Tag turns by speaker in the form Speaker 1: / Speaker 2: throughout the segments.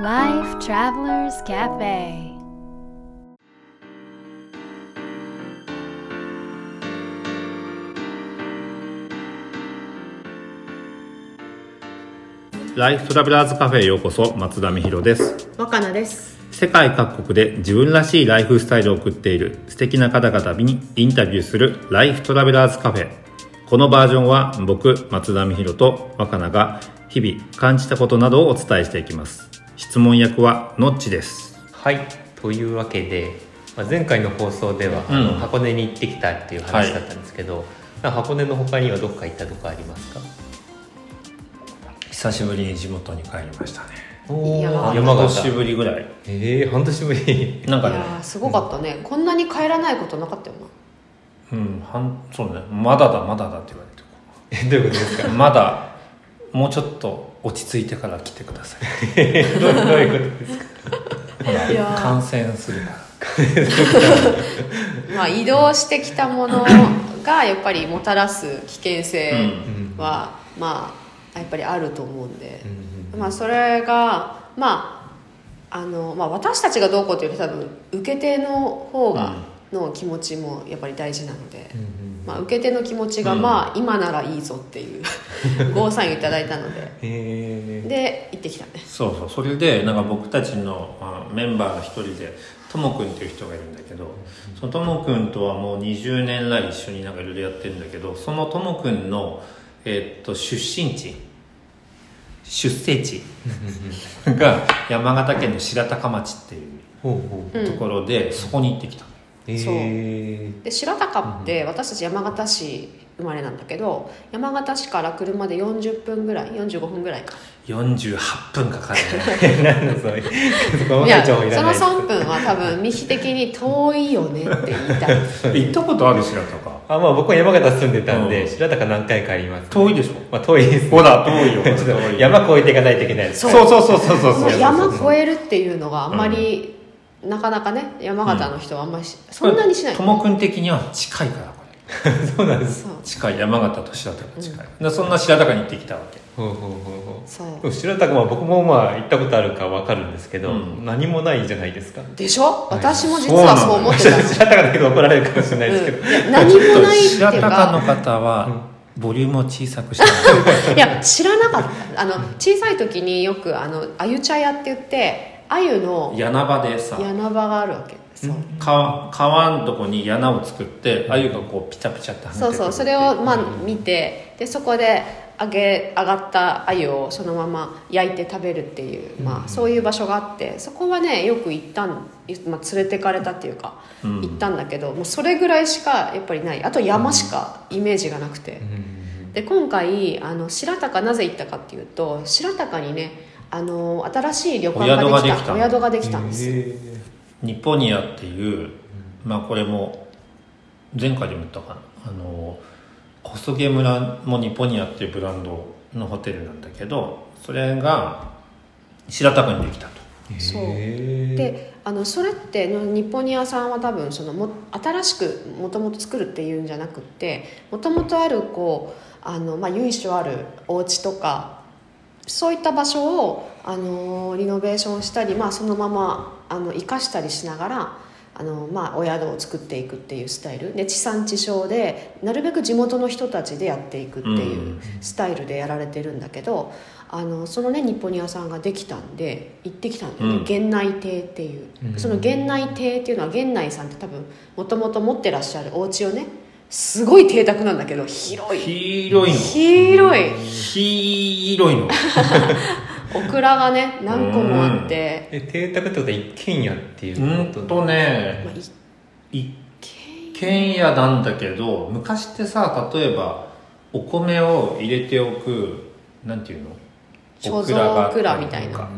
Speaker 1: Life Travelers Cafe
Speaker 2: ライフトラベラーズカフェへようこそ松田美弘です
Speaker 3: 若菜です
Speaker 2: 世界各国で自分らしいライフスタイルを送っている素敵な方々にインタビューするライフトラベラーズカフェこのバージョンは僕松田美弘と若菜が日々感じたことなどをお伝えしていきます質問役はのっちです
Speaker 4: はいというわけで、まあ、前回の放送では、あ
Speaker 2: うん
Speaker 4: の箱根に行ってきたっていう話だったんですけど、なんか箱根の他にはどっか行ったとかありますか
Speaker 5: 久しぶりに地元に帰りましたね
Speaker 3: いやー
Speaker 4: 山形
Speaker 2: ぶりぐらい
Speaker 4: ええ半年ぶり
Speaker 5: なん
Speaker 3: い
Speaker 5: か
Speaker 3: や
Speaker 5: ね
Speaker 3: ーすごかったね、こんなに帰らないことなかったよ
Speaker 5: うんはんそうねまだだまだだって言われてこ
Speaker 4: えどういうことですか
Speaker 5: うまだもうちょっと落ち着いてから来てください
Speaker 4: どうどういうことですか
Speaker 5: ほら
Speaker 3: いやー
Speaker 5: 感染するから
Speaker 3: なまあ移動してきたものがやっぱりもたらす危険性は、まあやっぱりあると思うんで、まあそれがまああの、まあ、私たちがどうこうというより多分受け手の方が、の気持ちもやっぱり大事なので、まあ、受け手の気持ちが、まあ今ならいいぞって いうゴーサインをいただいたので
Speaker 4: え
Speaker 3: で行ってきたね
Speaker 5: そうそうそれでなんか僕たちのあメンバーの一人でともくんっていう人がいるんだけどそのともくんとはもう20年来一緒になんかいろいろやってるんだけどそのともくんの、えーっと出身地出生 地が山形県の白鷹町っていう
Speaker 4: ー、ほうほう
Speaker 3: うん
Speaker 5: ところで、そこに行ってきたの
Speaker 4: えー、
Speaker 3: で白鷹って私たち山形市生まれなんだけど山形市から車で40分ぐらい45分ぐらいか
Speaker 5: 48分かかるね
Speaker 4: 何だそれ そこはい若
Speaker 3: や
Speaker 4: い情報いら
Speaker 3: その
Speaker 4: ないです
Speaker 3: 3分は多分ミヒ的に遠いよねって言いたい
Speaker 5: 行ったことある白鷹
Speaker 4: あまあ僕は山形住んでたんで、
Speaker 5: うん
Speaker 4: 白鷹何回かあります、
Speaker 5: 遠いでしょ
Speaker 4: まあ遠いです、ね、
Speaker 5: ほら遠いよ
Speaker 4: ちょっと
Speaker 5: 遠いよ
Speaker 4: 山越えていかないといけないです
Speaker 3: そう
Speaker 5: そうそうそうそうそう
Speaker 3: も
Speaker 5: そう
Speaker 3: う山越えるっていうのがあんまり、なかなかね山形の人はあんまりし、そんなにしない
Speaker 5: ともくん的には近いからこれ
Speaker 4: そうなんです
Speaker 3: そう
Speaker 5: 近い山形と白鷹が近い、でそんな白鷹に行ってきたわけ
Speaker 4: ほうほうほうほう
Speaker 3: そう
Speaker 4: でも白鷹は僕もまあ行ったことあるかわかるんですけど、
Speaker 5: うん
Speaker 4: 何もないじゃないですか
Speaker 3: でしょ私も実はそう思ってた、
Speaker 4: 白鷹だけど怒られるかもしれないですけど、
Speaker 3: うんいや何もないっていう
Speaker 5: 白鷹の
Speaker 3: か
Speaker 5: 方はボリュームを小さく したの
Speaker 3: いや知らなかったあの小さい時によくあのあゆ茶屋って言ってあゆの
Speaker 5: 柳場でさ
Speaker 3: 穴場があるわけそう
Speaker 5: 川川のとこに柳を作って鮎がこうピチャピチャって跳ねてく
Speaker 3: そ
Speaker 5: る
Speaker 3: うそうそれをまあ見てでそこで揚げ上がった鮎をそのまま焼いて食べるっていう、まあ、そういう場所があってそこはねよく行ったん、まあ、連れてかれたっていうか、
Speaker 5: うん
Speaker 3: 行ったんだけどもうそれぐらいしかやっぱりないあと山しかイメージがなくて、で今回あの白鷹なぜ行ったかっていうと白鷹にねあの新しい旅館ができた
Speaker 5: お
Speaker 3: お
Speaker 5: 宿
Speaker 3: 宿ができたんですよ、
Speaker 5: ニポニアっていうまあこれも前回でも言ったかなあの小菅村もニポニアっていうブランドのホテルなんだけどそれが白鷹にできたと
Speaker 3: そう
Speaker 4: へー
Speaker 3: であのそれっての日本に屋さんは多分そのも新しくもともと作るっていうんじゃなくってもともとあるこうあの、まあ、由緒あるお家とかそういった場所をあのリノベーションしたり、まあ、そのままあの生かしたりしながらあの、まあ、お宿を作っていくっていうスタイルで地産地消でなるべく地元の人たちでやっていくっていううスタイルでやられてるんだけど、あのそのね日本屋さんができたんで行ってきたんだよね、
Speaker 5: うん
Speaker 3: 源内亭っていう、
Speaker 4: うん
Speaker 3: その源内亭っていうのは源内さんって多分もともと持ってらっしゃるお家をねすごい邸宅なんだけど広い
Speaker 5: 黄色いの
Speaker 3: 広い
Speaker 5: 黄色いの
Speaker 3: オクラがね何個もあって、
Speaker 4: え邸宅ってことは一軒家っていううこ
Speaker 5: ん
Speaker 4: と
Speaker 5: とね
Speaker 3: まあ、い
Speaker 5: 一軒家なんだけど昔ってさ例えばお米を入れておくなんていうの
Speaker 3: 貯蔵
Speaker 5: があったりと
Speaker 3: 蔵みたいな
Speaker 5: か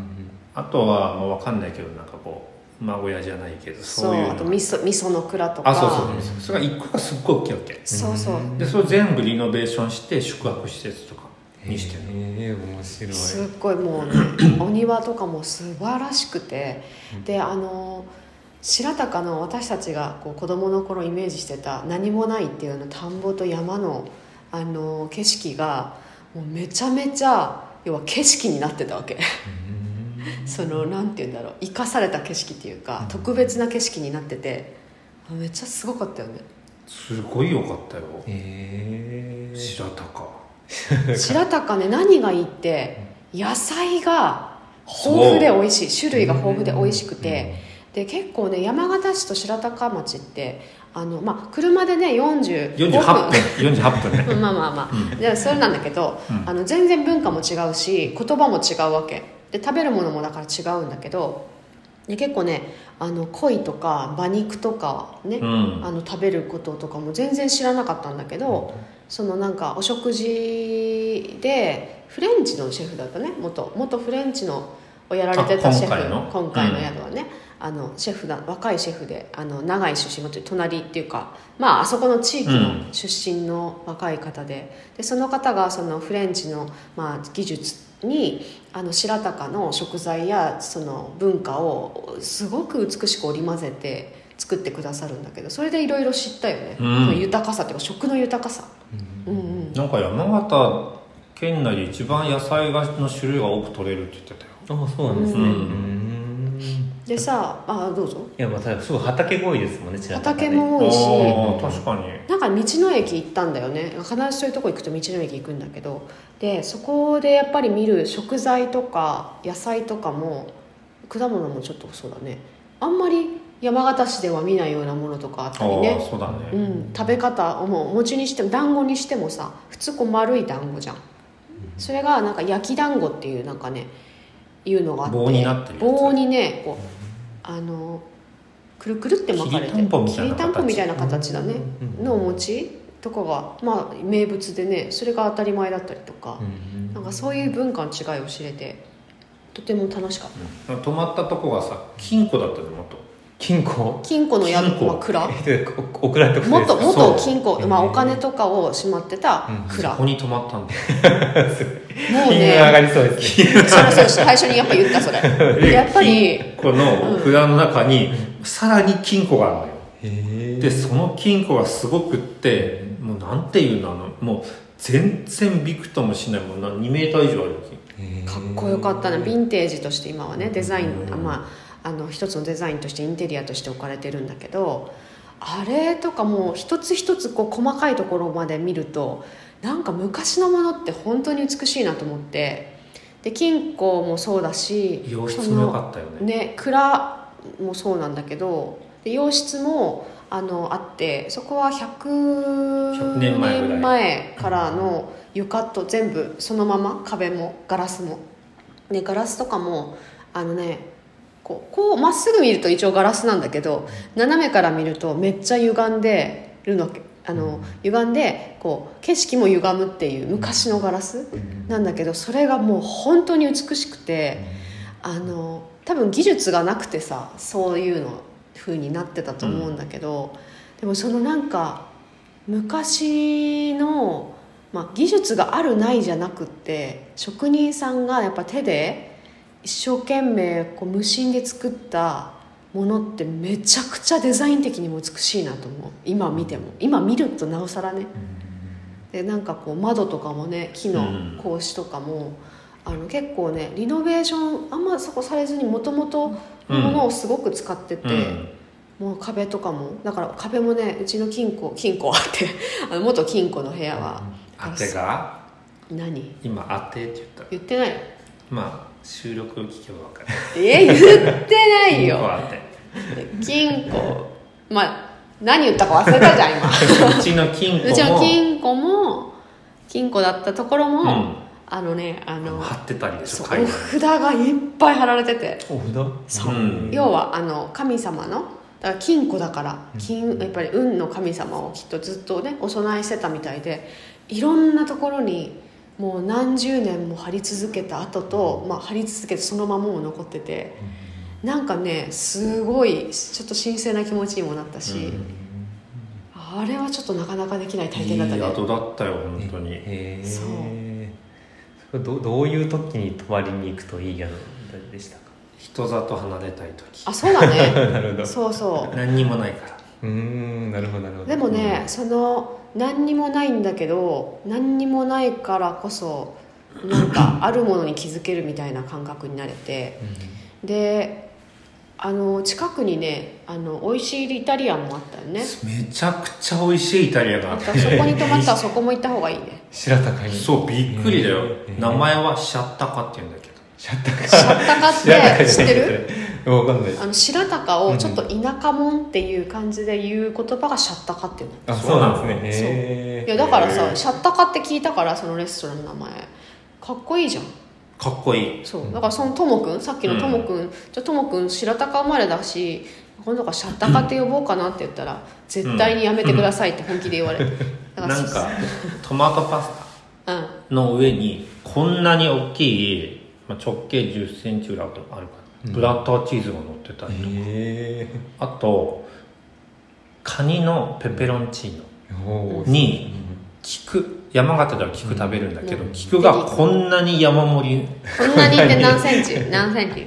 Speaker 5: あとはもう分かんないけどなんかこう孫親じゃないけど
Speaker 3: そ
Speaker 5: そうういう
Speaker 3: あと
Speaker 5: の
Speaker 3: 味噌味噌の蔵とか
Speaker 5: あそうそうそうそれが一個がすっごい大きいわけ
Speaker 3: そうそう
Speaker 5: でそれを全部リノベーションして宿泊施設とかにしてる
Speaker 4: え面白い
Speaker 3: すっごいもう ねお庭とかも素晴らしくてであの白鷹の私たちがこう子供の頃イメージしてた何もないっていうあの田んぼと山のあの景色がもうめちゃめちゃ要は景色になってたわけそのなんて言うんだろう生かされた景色っていうか特別な景色になっててあめっちゃすごかったよね
Speaker 5: すごい良かったよ
Speaker 4: へえ
Speaker 5: 白鷹
Speaker 3: 白鷹ね何がいいって野菜が豊富で美味しい種類が豊富で美味しくてで結構ね山形市と白鷹町ってあの、まあ、車でね45分
Speaker 5: 48分48分ね
Speaker 3: まあまあまあ、でそれなんだけど、あの全然文化も違うし言葉も違うわけで食べるものもだから違うんだけどで結構ねあの鯉とか馬肉とかね、
Speaker 5: うん
Speaker 3: あの食べることとかも全然知らなかったんだけど、そのなんかお食事でフレンチのシェフだったね元元フレンチのをやられてた
Speaker 5: あ
Speaker 3: シェフ
Speaker 5: 今回の
Speaker 3: 今回の宿はね、あのシェフだ若いシェフであの長井出身も隣っていうかまああそこの地域
Speaker 5: うん
Speaker 3: の出身の若い方で,、でその方がそのフレンチの、まあ、技術にあの白鷹の食材やその文化をすごく美しく織り交ぜて作ってくださるんだけどそれでいろいろ知ったよね、
Speaker 5: うん
Speaker 3: その豊かさっていうか食の豊かさ、うんうん、
Speaker 5: なんか山形県内で一番野菜がの種類が多く取れるって言ってたよ
Speaker 4: あそうなんですね
Speaker 3: う
Speaker 4: うんん
Speaker 3: でさあどうぞ
Speaker 4: いやまあただすごい畑が多いですもんね白鷹ね
Speaker 3: 畑も多いし
Speaker 5: ああ確かに
Speaker 3: なんか道の駅行ったんだよね必ずそういうとこ行くと道の駅行くんだけどでそこでやっぱり見る食材とか野菜とかも果物もちょっとそうだねあんまり山形市では見ないようなものとかあったり
Speaker 5: ああ
Speaker 3: ね、
Speaker 5: そうだね、
Speaker 3: うん、食べ方もお餅にしても団子にしてもさ普通こう丸い団子じゃんそれがなんか焼き団子っていうなんかねいうのがあって
Speaker 5: 棒になってるやつ
Speaker 3: 棒にねこうあのくるくるって巻かれて
Speaker 5: きりたんぽみたいな形
Speaker 3: きりたんぽみたいな形だね、
Speaker 4: うん
Speaker 3: のお餅とかが、まあ、名物でねそれが当たり前だったりとか
Speaker 4: う、ん
Speaker 3: なんかそういう文化の違いを知れてとても楽しかった、
Speaker 5: 泊まったとこがさ金庫だったのもっと
Speaker 4: 金庫
Speaker 3: 金庫の宿
Speaker 5: 金庫
Speaker 3: は蔵
Speaker 4: えお送られたことで
Speaker 3: 元
Speaker 4: すか
Speaker 3: 元金庫
Speaker 4: そう
Speaker 3: まあ、お金とかをしまってた蔵、
Speaker 5: そこに泊まったんだよ
Speaker 3: もう
Speaker 4: 金が上が
Speaker 3: ね
Speaker 4: りそうですね
Speaker 3: そりゃそうです最初にやっぱ言った それやっぱり
Speaker 5: 金庫の札の中に、さらに金庫があるのよ
Speaker 4: へ
Speaker 5: でその金庫がすごくってもうなんていうのあのもう全然びくともしないもんな2メーター以上あるよ金
Speaker 4: え
Speaker 3: かっこよかったなヴィンテージとして今はねデザイン、あまあ、あの一つのデザインとしてインテリアとして置かれてるんだけどあれとかもう一つ一つこう細かいところまで見るとなんか昔のものって本当に美しいなと思ってで金庫もそうだし
Speaker 5: 洋室
Speaker 3: そ
Speaker 5: も
Speaker 3: の
Speaker 5: 良かったよね
Speaker 3: ね蔵もそうなんだけどで洋室もあのあってそこは100
Speaker 5: 100年前ぐらい
Speaker 3: 年前からの床と全部そのまま壁もガラスもでガラスとかもあのねこうこうまっすぐ見ると一応ガラスなんだけど斜めから見るとめっちゃ歪んでるのあの歪んでこう景色も歪むっていう昔のガラスなんだけどそれがもう本当に美しくてあの多分技術がなくてさそういうの風になってたと思うんだけど、でもそのなんか昔の、まあ、技術があるないじゃなくって職人さんがやっぱ手で一生懸命こう無心で作ったものってめちゃくちゃデザイン的にも美しいなと思う今見ても今見るとなおさらねでなんかこう窓とかもね木
Speaker 5: うん
Speaker 3: の格子とかも、あの結構ねリノベーションあんまそこされずにもともとのものをすごく使ってて、
Speaker 5: うん
Speaker 3: もう壁とかもだから壁もねうちの金庫金庫あって あの元金庫の部屋は
Speaker 5: 当てが
Speaker 3: 何
Speaker 5: 今当てって言った
Speaker 3: 言ってない
Speaker 5: まあ収録を聞けば分かる
Speaker 3: え言ってない
Speaker 5: 金庫
Speaker 3: よ
Speaker 5: 当て
Speaker 3: 金庫まあ何言ったか忘れたじゃん 今
Speaker 5: うちの金庫も
Speaker 3: うちの金庫も金庫だったところも、
Speaker 5: うん
Speaker 3: あのねあの
Speaker 5: 貼ってたりでし
Speaker 3: そ
Speaker 5: ょ
Speaker 3: う
Speaker 5: 階
Speaker 3: お
Speaker 5: 段
Speaker 3: 札がいっぱい貼られてて
Speaker 4: お札
Speaker 3: そう、
Speaker 5: うん
Speaker 3: 要はあの神様のだから金庫だから金やっぱり運の神様をきっとずっとねお供えしてたみたいでいろんなところにもう何十年も貼り続けた後と、まあ、貼り続けてそのままもう残っててなんかねすごいちょっと神聖な気持ちにもなったし、あれはちょっとなかなかできない体験だった
Speaker 5: いい
Speaker 3: ね。
Speaker 5: 宿だったよ本当に
Speaker 4: へえ
Speaker 3: そう
Speaker 4: それどどういう時に泊まりに行くといい宿でしたか
Speaker 5: 人里離れたい時
Speaker 3: あそうだね
Speaker 4: なるほど
Speaker 3: そうそう
Speaker 5: 何にもないから
Speaker 4: うーんなるほどなるほど
Speaker 3: でもね、その何にもないんだけど何にもないからこそなんかあるものに気づけるみたいな感覚になれてであの近くにねあの美味しいイタリアンもあったよね
Speaker 5: めちゃくちゃ美味しいイタリアがあ
Speaker 3: あ
Speaker 5: っ
Speaker 3: と
Speaker 5: て
Speaker 3: そこに泊まったらそこも行った方がいい ね
Speaker 4: 白鷹に
Speaker 5: そうびっくりだよ、
Speaker 4: えー
Speaker 5: 名前はシャッタカって言うんだけど
Speaker 4: 白鷹
Speaker 3: シャッタカって知ってる
Speaker 4: わかんない
Speaker 3: あの白鷹をちょっと田舎もんっていう感じで言う言葉がシャッタカっていうの
Speaker 4: あ
Speaker 5: そ
Speaker 4: そうう
Speaker 5: な
Speaker 4: なんん
Speaker 5: で
Speaker 4: ですねへ
Speaker 3: いや
Speaker 4: え
Speaker 3: だから
Speaker 5: へー
Speaker 3: さシャッタカって聞いたからそのレストランの名前かっこいいじゃん
Speaker 5: かっこいい
Speaker 3: そうだからそのともくんさっきのともくん、じゃあともくん白鷹生まれだし今度からシャッタカって呼ぼうかなって言ったら、絶対にやめてくださいって本気で言われて、だ
Speaker 5: なんかトマトパス
Speaker 3: うんうん
Speaker 5: タの上にこんなに大きい、まあ、直径1 0センチぐらいあるかな、ブラッターチーズが乗ってたりとか、
Speaker 4: へえ
Speaker 5: あとカニのペペロンチーノ
Speaker 4: おー
Speaker 5: に菊山形では菊食べるんだけど、菊がこんなに山盛り
Speaker 3: こんなにって何センチ何センチ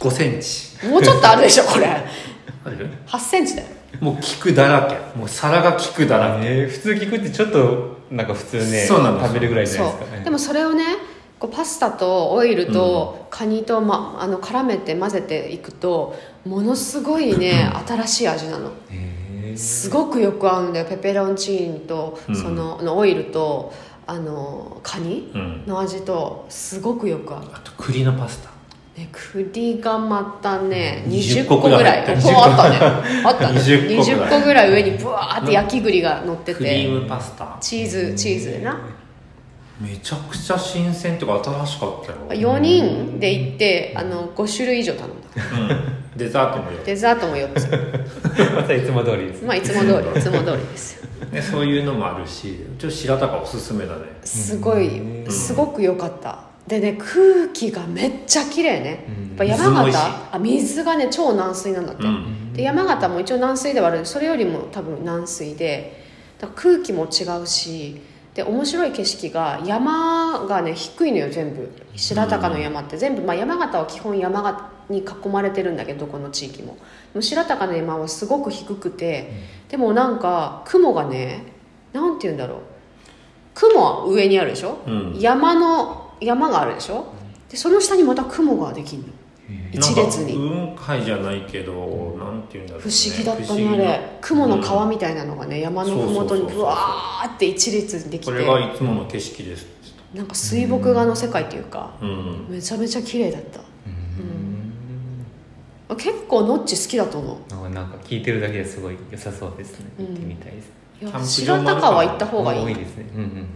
Speaker 5: 5センチ
Speaker 3: もうちょっとあるでしょこれ
Speaker 5: ある
Speaker 3: 8センチだよ
Speaker 5: もう菊だらけもう皿が菊だらけ
Speaker 4: えー普通聞くってちょっとなんか普通ね
Speaker 5: そうなんです
Speaker 4: 食べるぐらいじゃない
Speaker 3: そ
Speaker 4: ですか
Speaker 3: うでもそれをねこうパスタとオイルとカニと、ま、あの絡めて混ぜていくとものすごいね新しい味なの
Speaker 4: へ
Speaker 3: すごくよく合うんだよペペロンチーノと
Speaker 5: うん
Speaker 3: その,、のオイルとあのカニ
Speaker 5: うん
Speaker 3: の味とすごくよく合
Speaker 5: あと栗のパスタ
Speaker 3: う、ね、栗がまたね
Speaker 5: 20
Speaker 3: 20個ぐらい
Speaker 5: 個ぐらい
Speaker 3: こうあったね あったね
Speaker 5: 20個ぐらい
Speaker 3: 20個ぐらい上にブワーって焼き栗が乗って
Speaker 5: クリ
Speaker 3: て
Speaker 5: ームパスタ
Speaker 3: チーズチーズでな
Speaker 5: めちゃくちゃ新鮮とか新しかったよ、
Speaker 3: 4人で行ってあの5種類以上頼んだ
Speaker 5: うん、デザートもよ
Speaker 3: デザートも4つ
Speaker 4: またいつも通りです
Speaker 3: まあいつも通りいつも通りですよ
Speaker 5: ねそういうのもあるしちょっと白鷹おすすめだね
Speaker 3: すごいすごく良かったでね空気がめっちゃ綺麗ねやっぱ
Speaker 5: 水も
Speaker 3: 山
Speaker 5: 美味しい
Speaker 3: 形あ水がね超軟水なんだって、
Speaker 5: うん
Speaker 3: で山形も一応軟水ではあるそれよりも多分軟水でだから空気も違うしで面白い景色が山がね低いのよ全部白鷹の山って全部、まあ、山形は基本山がに囲まれてるんだけどどこの地域もでも白鷹の山はすごく低くて、でもなんか雲がねなんて言うんだろう雲は上にあるでしょ、
Speaker 5: うん
Speaker 3: 山の山があるでしょでその下にまた雲ができるの一列に
Speaker 5: なんか雲海じゃないけどなんていうんだろう、ね、
Speaker 3: 不思議だった
Speaker 5: 不思
Speaker 3: ねあ
Speaker 5: 議な
Speaker 3: れ雲の川みたいなのがね、山の麓に
Speaker 5: そうそうそうそう
Speaker 3: ぶわーって一列にでき
Speaker 5: こ
Speaker 3: て
Speaker 5: れがいつもの景色ですって
Speaker 3: なんか水墨画の世界っていうか、
Speaker 5: 言ってた
Speaker 3: めちゃめちゃ綺麗だった、うん結構ノッチ好きだと思
Speaker 4: あなんか聞いてるだけですごい良さそうですね、
Speaker 3: うん
Speaker 4: 行ってみたいです
Speaker 5: キ
Speaker 3: うい
Speaker 5: ャンプ
Speaker 3: や
Speaker 5: 場
Speaker 3: 白
Speaker 5: もあるか
Speaker 3: 鷹
Speaker 5: ら
Speaker 3: は行った方が
Speaker 4: 多
Speaker 3: い
Speaker 4: い
Speaker 3: い
Speaker 4: ですねうんうんうんうん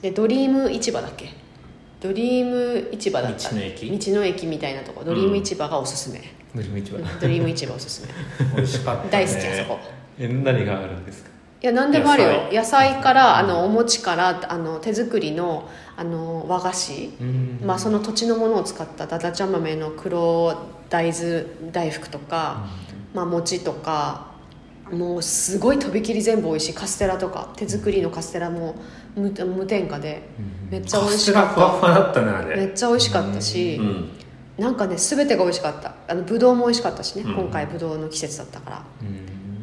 Speaker 3: でドリーム市場だっけドリーム市場だった
Speaker 5: 道の駅
Speaker 3: 道の駅みたいなとこドリーム市場がおすすめ、
Speaker 4: 無理無理は
Speaker 3: うんドリーム市場おすす め
Speaker 5: うん美味しかった、ね、
Speaker 3: 大好きあそこ
Speaker 4: え何があるんですか
Speaker 3: いや何でもあるよ野菜からあのお餅からあの手作りのあの和菓子、
Speaker 4: ん
Speaker 3: まあ、その土地のものを使っただだちゃ豆の黒大豆大福とか、まあ、餅とかもうすごいとびきり全部美味しいカステラとか手作りのカステラも無無添加でめっちゃ美
Speaker 5: カ
Speaker 3: 味し
Speaker 5: ステラ
Speaker 3: か
Speaker 5: ふわ
Speaker 3: っ
Speaker 5: ふわだったねあ
Speaker 3: ため
Speaker 5: れ
Speaker 3: っちゃ美味しかったし、
Speaker 5: うん
Speaker 3: なんかね全てが美味しかったあのぶどうも美味しかったしね、
Speaker 5: うん
Speaker 3: 今回ぶどうの季節だったから、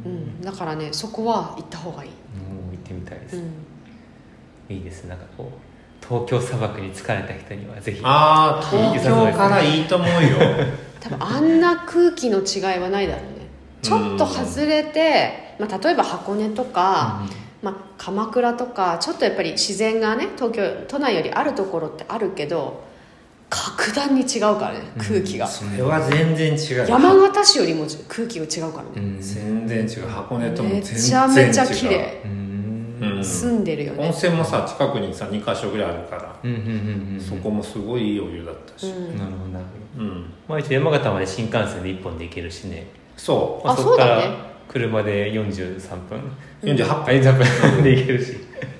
Speaker 4: うん
Speaker 3: うん、だからねそこは行った方がいい、
Speaker 4: もう行ってみたいです、
Speaker 3: うん
Speaker 4: いいですなんかこう東京砂漠に疲れた人にはぜひ
Speaker 5: ああ東京からいいと思うよ
Speaker 3: 多分あんな空気の違いはないだろうねちょっと外れて、まあ、例えば箱根とか、まあ、鎌倉とかちょっとやっぱり自然がね東京都内よりあるところってあるけど格段に違うからね空気が、
Speaker 5: それは全然違う
Speaker 3: 山形市よりも空気が違うからね、
Speaker 5: 全然違う箱根とも
Speaker 3: め
Speaker 5: 全
Speaker 3: ちゃめち
Speaker 5: 然
Speaker 3: ゃ
Speaker 5: 違う
Speaker 3: 綺麗
Speaker 4: うん
Speaker 5: うん
Speaker 3: 住んでるよ
Speaker 5: 温
Speaker 3: ね、
Speaker 5: 泉もさ近くにさ2箇所ぐらいあるから、
Speaker 4: うんうんうんうん
Speaker 5: そこもすごいいいお湯だったし、
Speaker 4: なるほどなる
Speaker 5: う
Speaker 4: ほ
Speaker 5: ん
Speaker 4: どまあ一応山形まで新幹線で一本で行けるしね、
Speaker 5: そ
Speaker 4: ま
Speaker 3: あ
Speaker 4: あ、こから
Speaker 3: そうだね
Speaker 4: 車で43分
Speaker 5: う48
Speaker 4: あ43分で行けるし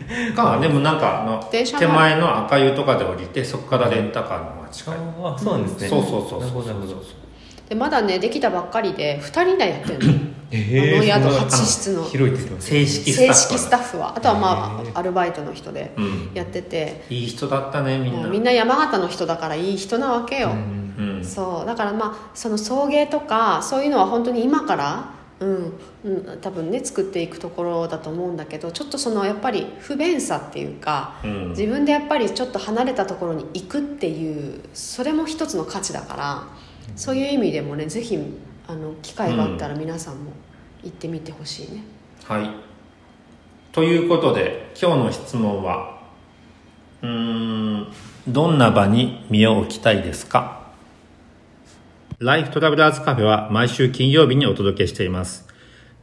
Speaker 5: 分か、でもなんかあの
Speaker 3: 電車も
Speaker 5: 手前の赤湯とかで降りてそこからレンタカーの方が近い、
Speaker 4: ああそうなんですね、
Speaker 5: そうそうそう
Speaker 4: なる
Speaker 5: そ
Speaker 4: ほ
Speaker 5: う
Speaker 4: ど
Speaker 5: そ
Speaker 4: なる
Speaker 5: う
Speaker 4: ほ
Speaker 5: そ
Speaker 4: ど
Speaker 5: う
Speaker 3: でまだねできたばっかりで2人以内やって るの
Speaker 4: ええ
Speaker 3: あの
Speaker 4: そんな
Speaker 3: 宿8室の
Speaker 4: 広いって言ってます
Speaker 5: 正
Speaker 4: ね
Speaker 5: 式スタッ
Speaker 3: 正
Speaker 5: フ
Speaker 3: 式スタッフはあとはま
Speaker 4: へえ
Speaker 3: あアルバイトの人で
Speaker 5: うん
Speaker 3: やってて、
Speaker 5: いい人だったねみん
Speaker 3: も
Speaker 5: な
Speaker 3: うみんな山形の人だからいい人なわけよ、
Speaker 5: うん
Speaker 3: そうだからまあその送迎とかそういうのは本当に今からうんうん、多分ね作っていくところだと思うんだけどちょっとそのやっぱり不便さっていうか、
Speaker 6: うん
Speaker 3: 自分でやっぱりちょっと離れたところに行くっていうそれも一つの価値だからそういう意味でもねぜひあの機会があったら皆さんも行ってみてほしいね、
Speaker 6: はい。ということで、今日の質問は、うーん、どんな場に身を置きたいですか
Speaker 5: ライフトラベラーズカフェは毎週金曜日にお届けしています。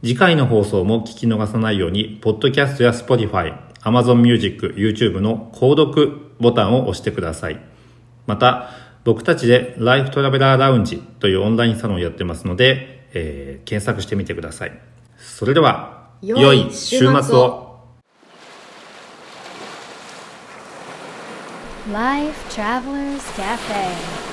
Speaker 5: 次回の放送も聞き逃さないように、ポッドキャストや Spotify、Amazon Music、YouTube の購読ボタンを押してください。また、僕たちでライフトラベラーラウンジというオンラインサロンをやってますので、えー検索してみてください。それでは、
Speaker 1: 良い
Speaker 5: 良い週末
Speaker 1: 週末
Speaker 5: を
Speaker 1: を。Life Travelers Cafe.